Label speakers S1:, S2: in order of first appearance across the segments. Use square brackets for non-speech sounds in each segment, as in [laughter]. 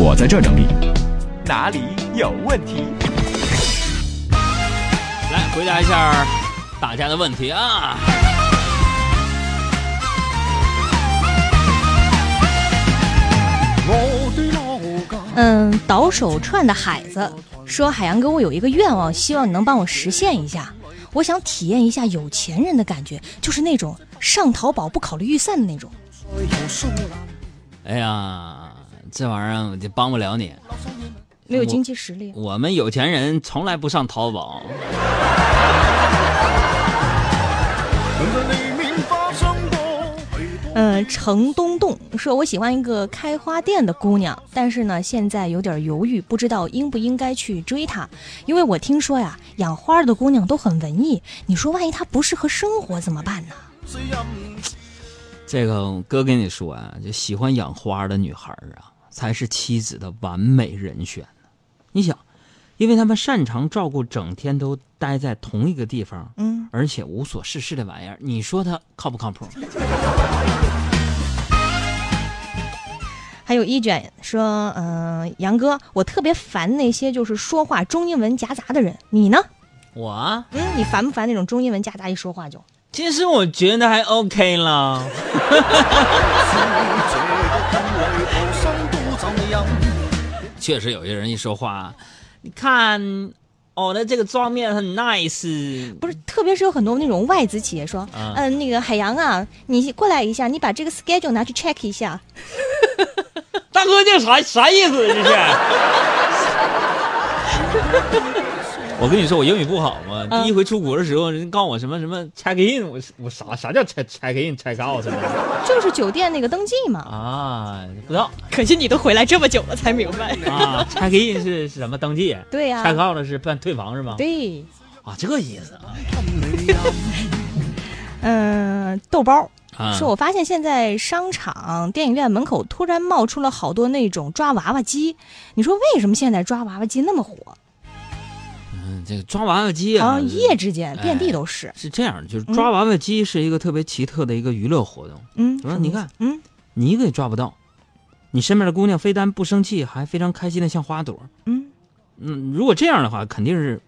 S1: 我在这整理。
S2: 哪里有问题？
S3: 来回答一下大家的问题啊！
S4: 嗯，倒手串的海子说：“海洋哥，我有一个愿望，希望你能帮我实现一下。我想体验一下有钱人的感觉，就是那种上淘宝不考虑预算的那种。
S3: 哎呀，这玩意儿我就帮不了你。
S4: 没有经济实力，
S3: 我们有钱人从来不上淘宝。
S4: 嗯，程东栋说：“我喜欢一个开花店的姑娘，但是呢，现在有点犹豫，不知道应不应该去追她，因为我听说呀，养花的姑娘都很文艺，你说万一她不适合生活怎么办呢？
S3: 这个哥跟你说啊，就喜欢养花的女孩啊，才是妻子的完美人选呢、你想，因为她们擅长照顾整天都待在同一个地方，
S4: 嗯，
S3: 而且无所事事的玩意儿，你说她靠不靠谱？
S4: 还有一卷说，嗯、杨哥，我特别烦那些就是说话中英文夹杂的人，你呢？
S3: 我啊，
S4: 嗯，你烦不烦那种中英文夹杂一说话就？
S3: 其实我觉得还 OK [laughs] 啦。确实有些人一说话，你看我的这个桌面很 nice，
S4: 不是，特别是有很多那种外资企业说，嗯、
S3: 啊
S4: 那个海洋啊，你过来一下，你把这个 schedule 拿去 check 一下。
S3: 大哥这啥啥意思？这是？ [laughs] 我跟你说，我英语不好嘛，
S4: 嗯
S3: 第一回出国的时候，人告我什么什么 check in，我我啥啥叫 check check in check out 呢
S4: 就是酒店那个登记嘛。
S3: 啊？不知道
S4: 可惜你都回来这么久了才明白。
S3: 啊，check in 是是什么登记？
S4: 对呀、
S3: check out 的是办退房是吗？
S4: 对，
S3: 啊，这个意思啊。
S4: 嗯、豆包
S3: 啊
S4: 说，我发现现在商场、电影院门口突然冒出了好多那种抓娃娃机，你说为什么现在抓娃娃机那么火？
S3: 嗯，这个抓娃娃机啊，
S4: 啊，一夜之间遍地
S3: 哎
S4: 都是。
S3: 是这样，就是抓娃娃机是一个特别奇特的一个娱乐活动，
S4: 嗯，
S3: 我说
S4: 什么
S3: 你
S4: 意思
S3: 看，
S4: 嗯
S3: 你一个也抓不到。你身边的姑娘非但不生气，还非常开心的像花朵。
S4: 嗯
S3: 嗯，如果这样的话，肯定是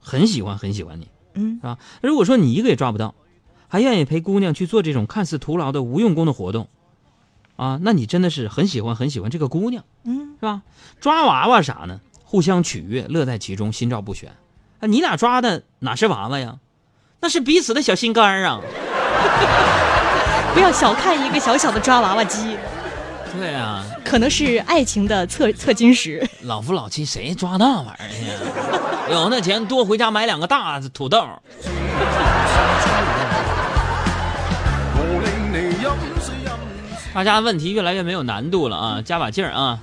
S3: 很喜欢很喜欢你
S4: 嗯
S3: 啊。如果说你一个也抓不到，还愿意陪姑娘去做这种看似徒劳的无用功的活动，啊，那你真的是很喜欢很喜欢这个姑娘。
S4: 嗯
S3: 是吧？抓娃娃啥呢？互相取悦，乐在其中，心照不宣。啊，你俩抓的哪是娃娃呀？那是彼此的小心肝儿啊！
S4: 不要小看一个小小的抓娃娃机，
S3: 对啊，
S4: 可能是爱情的测测金石。
S3: 老夫老妻谁抓那玩意儿呀？啊有那钱多回家买两个大土豆。大家问题越来越没有难度了啊！加把劲儿啊！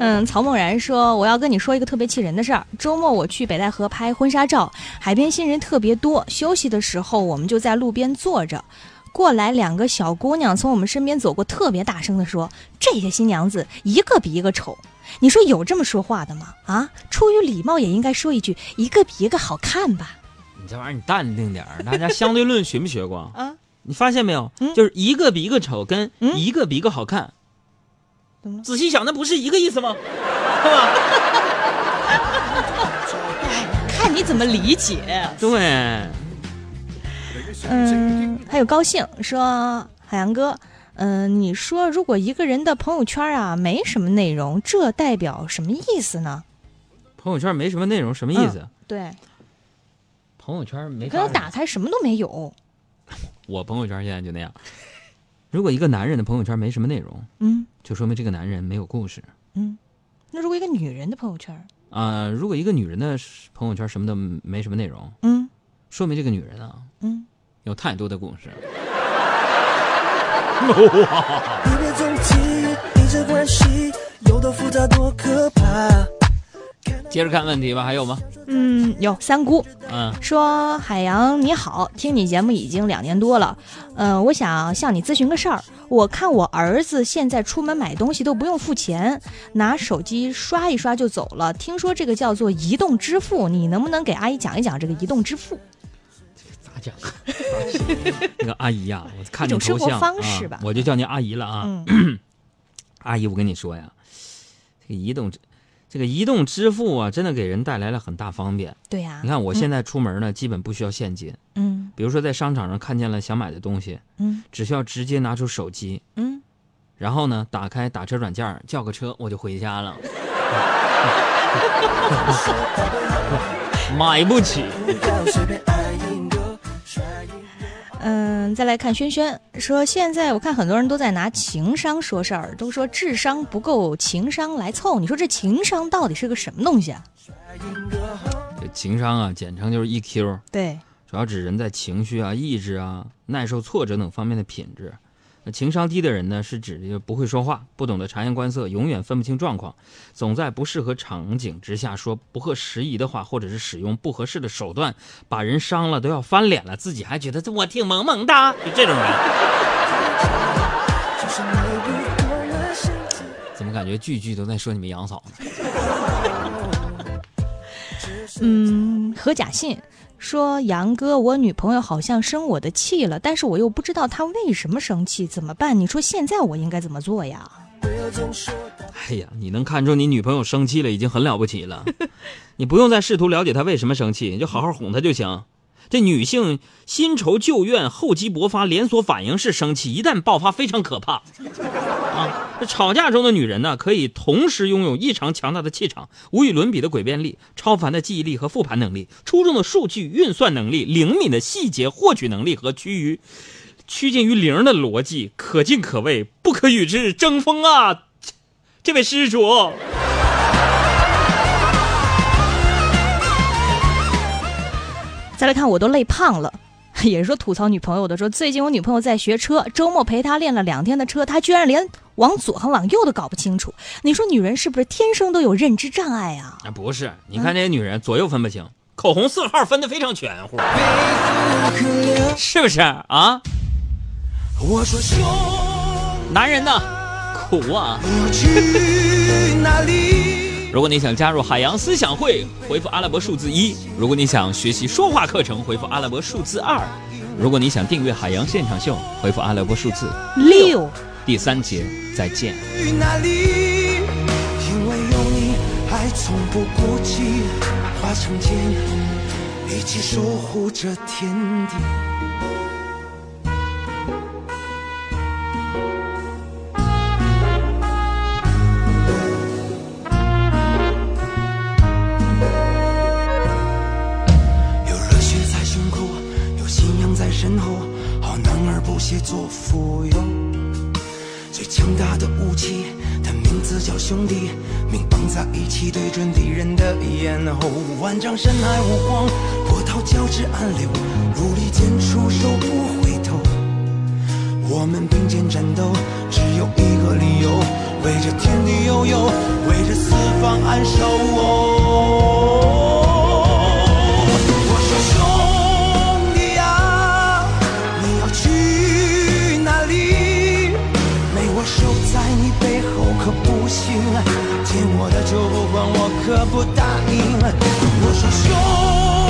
S4: 嗯，曹梦然说：“我要跟你说一个特别气人的事儿。周末我去北戴河拍婚纱照，海边新人特别多。休息的时候，我们就在路边坐着，过来两个小姑娘从我们身边走过，特别大声的说：‘这些新娘子一个比一个丑。’你说有这么说话的吗？啊，出于礼貌也应该说一句：一个比一个好看吧。
S3: 你这玩意儿你淡定点儿。
S4: [laughs]
S3: 大家相对论学没学过？
S4: 啊，
S3: 你发现没有？
S4: 嗯
S3: 就是一个比一个丑，跟
S4: 嗯
S3: 一个比一个好看。
S4: 怎么了
S3: 仔细想，那不是一个意思吗？是吧？
S4: 看你怎么理解。”
S3: 对，
S4: 嗯，还有高兴说海洋哥，嗯、你说如果一个人的朋友圈啊没什么内容，这代表什么意思呢？
S3: 朋友圈没什么内容，什么意思？
S4: 对，
S3: 朋友圈没
S4: 嗯可能
S3: 法
S4: 打开什么都没有。
S3: 我朋友圈现在就那样。如果一个男人的朋友圈没什么内容，
S4: 嗯
S3: 就说明这个男人没有故事
S4: 嗯，那如果一个女人的朋友圈，
S3: 啊、如果一个女人的朋友圈什么都没什么内容，
S4: 嗯
S3: 说明这个女人啊
S4: 嗯，
S3: 有太多的故事。
S5: 离别总急，一直关系有多复杂多可怕。
S3: 接着看问题吧，还有吗？
S4: 嗯，有三姑
S3: 嗯，
S4: [laughs] 说海洋你好，听你节目已经两年多了，呃，我想向你咨询个事儿。我看我儿子现在出门买东西都不用付钱，拿手机刷一刷就走了。听说这个叫做移动支付，你能不能给阿姨讲一讲这个移动支付？
S3: 咋讲？那个阿姨呀、我看
S4: 一
S3: 你头
S4: 种生活
S3: 像
S4: 方式吧
S3: 啊，我就叫您阿姨了啊。
S4: 嗯
S3: 阿姨，我跟你说呀，这个移动支，这个移动支付啊，真的给人带来了很大方便。
S4: 对呀、
S3: 你看我现在出门呢，基本不需要现金。
S4: 嗯
S3: 比如说在商场上看见了想买的东西，
S4: 嗯
S3: 只需要直接拿出手机，
S4: 嗯，
S3: 然后呢，打开打车软件，叫个车，我就回家了。买不起，
S5: 要随便爱一个，甩一个。
S4: 嗯，再来看轩轩说，现在我看很多人都在拿情商说事儿，都说智商不够，情商来凑。你说这情商到底是个什么东西啊？
S3: 这情商啊，简称就是 EQ，
S4: 对，
S3: 主要指人在情绪啊、意志啊、耐受挫折等方面的品质。那情商低的人呢，是指就不会说话，不懂得察言观色，永远分不清状况，总在不适合场景之下说不合时宜的话，或者是使用不合适的手段，把人伤了都要翻脸了，自己还觉得这我挺萌萌的，就这种人，
S5: 就是你不懂了心情。
S3: 怎么感觉句句都在说你们杨嫂呢？
S4: 嗯，何假信说，杨哥，我女朋友好像生我的气了，但是我又不知道她为什么生气，怎么办？你说现在我应该怎么做呀？
S5: 不要总说到
S3: 哎呀，你能看出你女朋友生气了，已经很了不起了。你不用再试图了解她为什么生气，你就好好哄她就行。这女性新仇旧怨、厚积薄发、连锁反应式生气，一旦爆发非常可怕。啊，这吵架中的女人呢，可以同时拥有异常强大的气场、无与伦比的诡辩力、超凡的记忆力和复盘能力、出众的数据运算能力、灵敏的细节获取能力和趋于趋近于零的逻辑，可敬可畏，不可与之争锋啊！这位施主，
S4: 再来看，我都累胖了。 [laughs] 也是说吐槽女朋友的，说最近我女朋友在学车，周末陪她练了两天的车，她居然连往左和往右都搞不清楚。你说女人是不是天生都有认知障碍啊？
S3: 啊，不是，你看这些女人左右分不清，口红色号分得非常全乎，
S5: 可怜。
S3: 是不是啊？
S5: 我说兄，
S3: 男人呐，苦啊！
S5: 我去哪里？
S3: 如果你想加入海洋思想会，回复阿拉伯数字一；如果你想学习说话课程，回复阿拉伯数字二；如果你想订阅海洋现场秀，回复阿拉伯数字。
S4: 六，
S3: 第三节再见。
S5: 去哪里？因为有你，还从不过期，化成茧，一起守护着天地。有热血在胸口，有信仰在身后，好男儿不屑做浮游。最强大的武器，它名字叫兄弟，命绑在一起，对准敌人的咽喉。万丈深海无光，波涛交织暗流，努力坚出手不回头。我们并肩战斗，只有一个理由，为这天地悠悠，为这四方安守。我说兄弟啊，你要去哪里？没我守在你背后可不行，听我的就不管我可不答应。我说兄。啊